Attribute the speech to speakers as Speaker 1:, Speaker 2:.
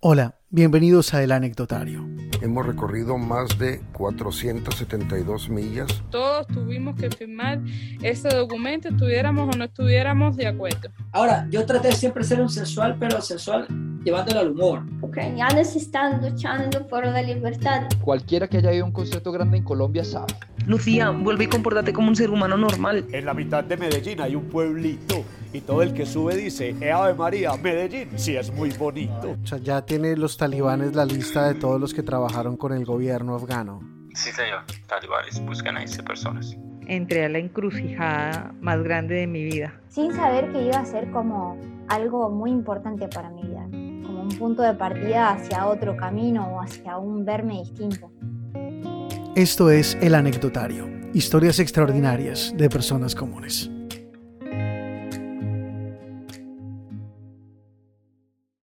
Speaker 1: Hola, bienvenidos a El Anecdotario.
Speaker 2: Hemos recorrido más de 472 millas.
Speaker 3: Todos tuvimos que firmar ese documento, estuviéramos o no estuviéramos de acuerdo.
Speaker 4: Ahora, yo traté de siempre ser un sensual, pero sensual llevándolo al humor.
Speaker 5: Ucranianos están luchando por la libertad.
Speaker 6: Cualquiera que haya ido a un concierto grande en Colombia sabe.
Speaker 7: Lucía, vuelve y compórtate como un ser humano normal.
Speaker 8: En la mitad de Medellín hay un pueblito y todo el que sube dice, "Eh, Ave María, Medellín, sí es muy bonito.
Speaker 1: O sea, ya tiene los talibanes la lista de todos los que trabajaron con el gobierno afgano.
Speaker 9: Sí, señor. Talibanes buscan a 11 personas.
Speaker 10: entré a la encrucijada más grande de mi vida.
Speaker 11: sin saber que iba a ser como algo muy importante para mi vida, como un punto de partida hacia otro camino o hacia un verme distinto.
Speaker 1: Esto es El Anecdotario, historias extraordinarias de personas comunes.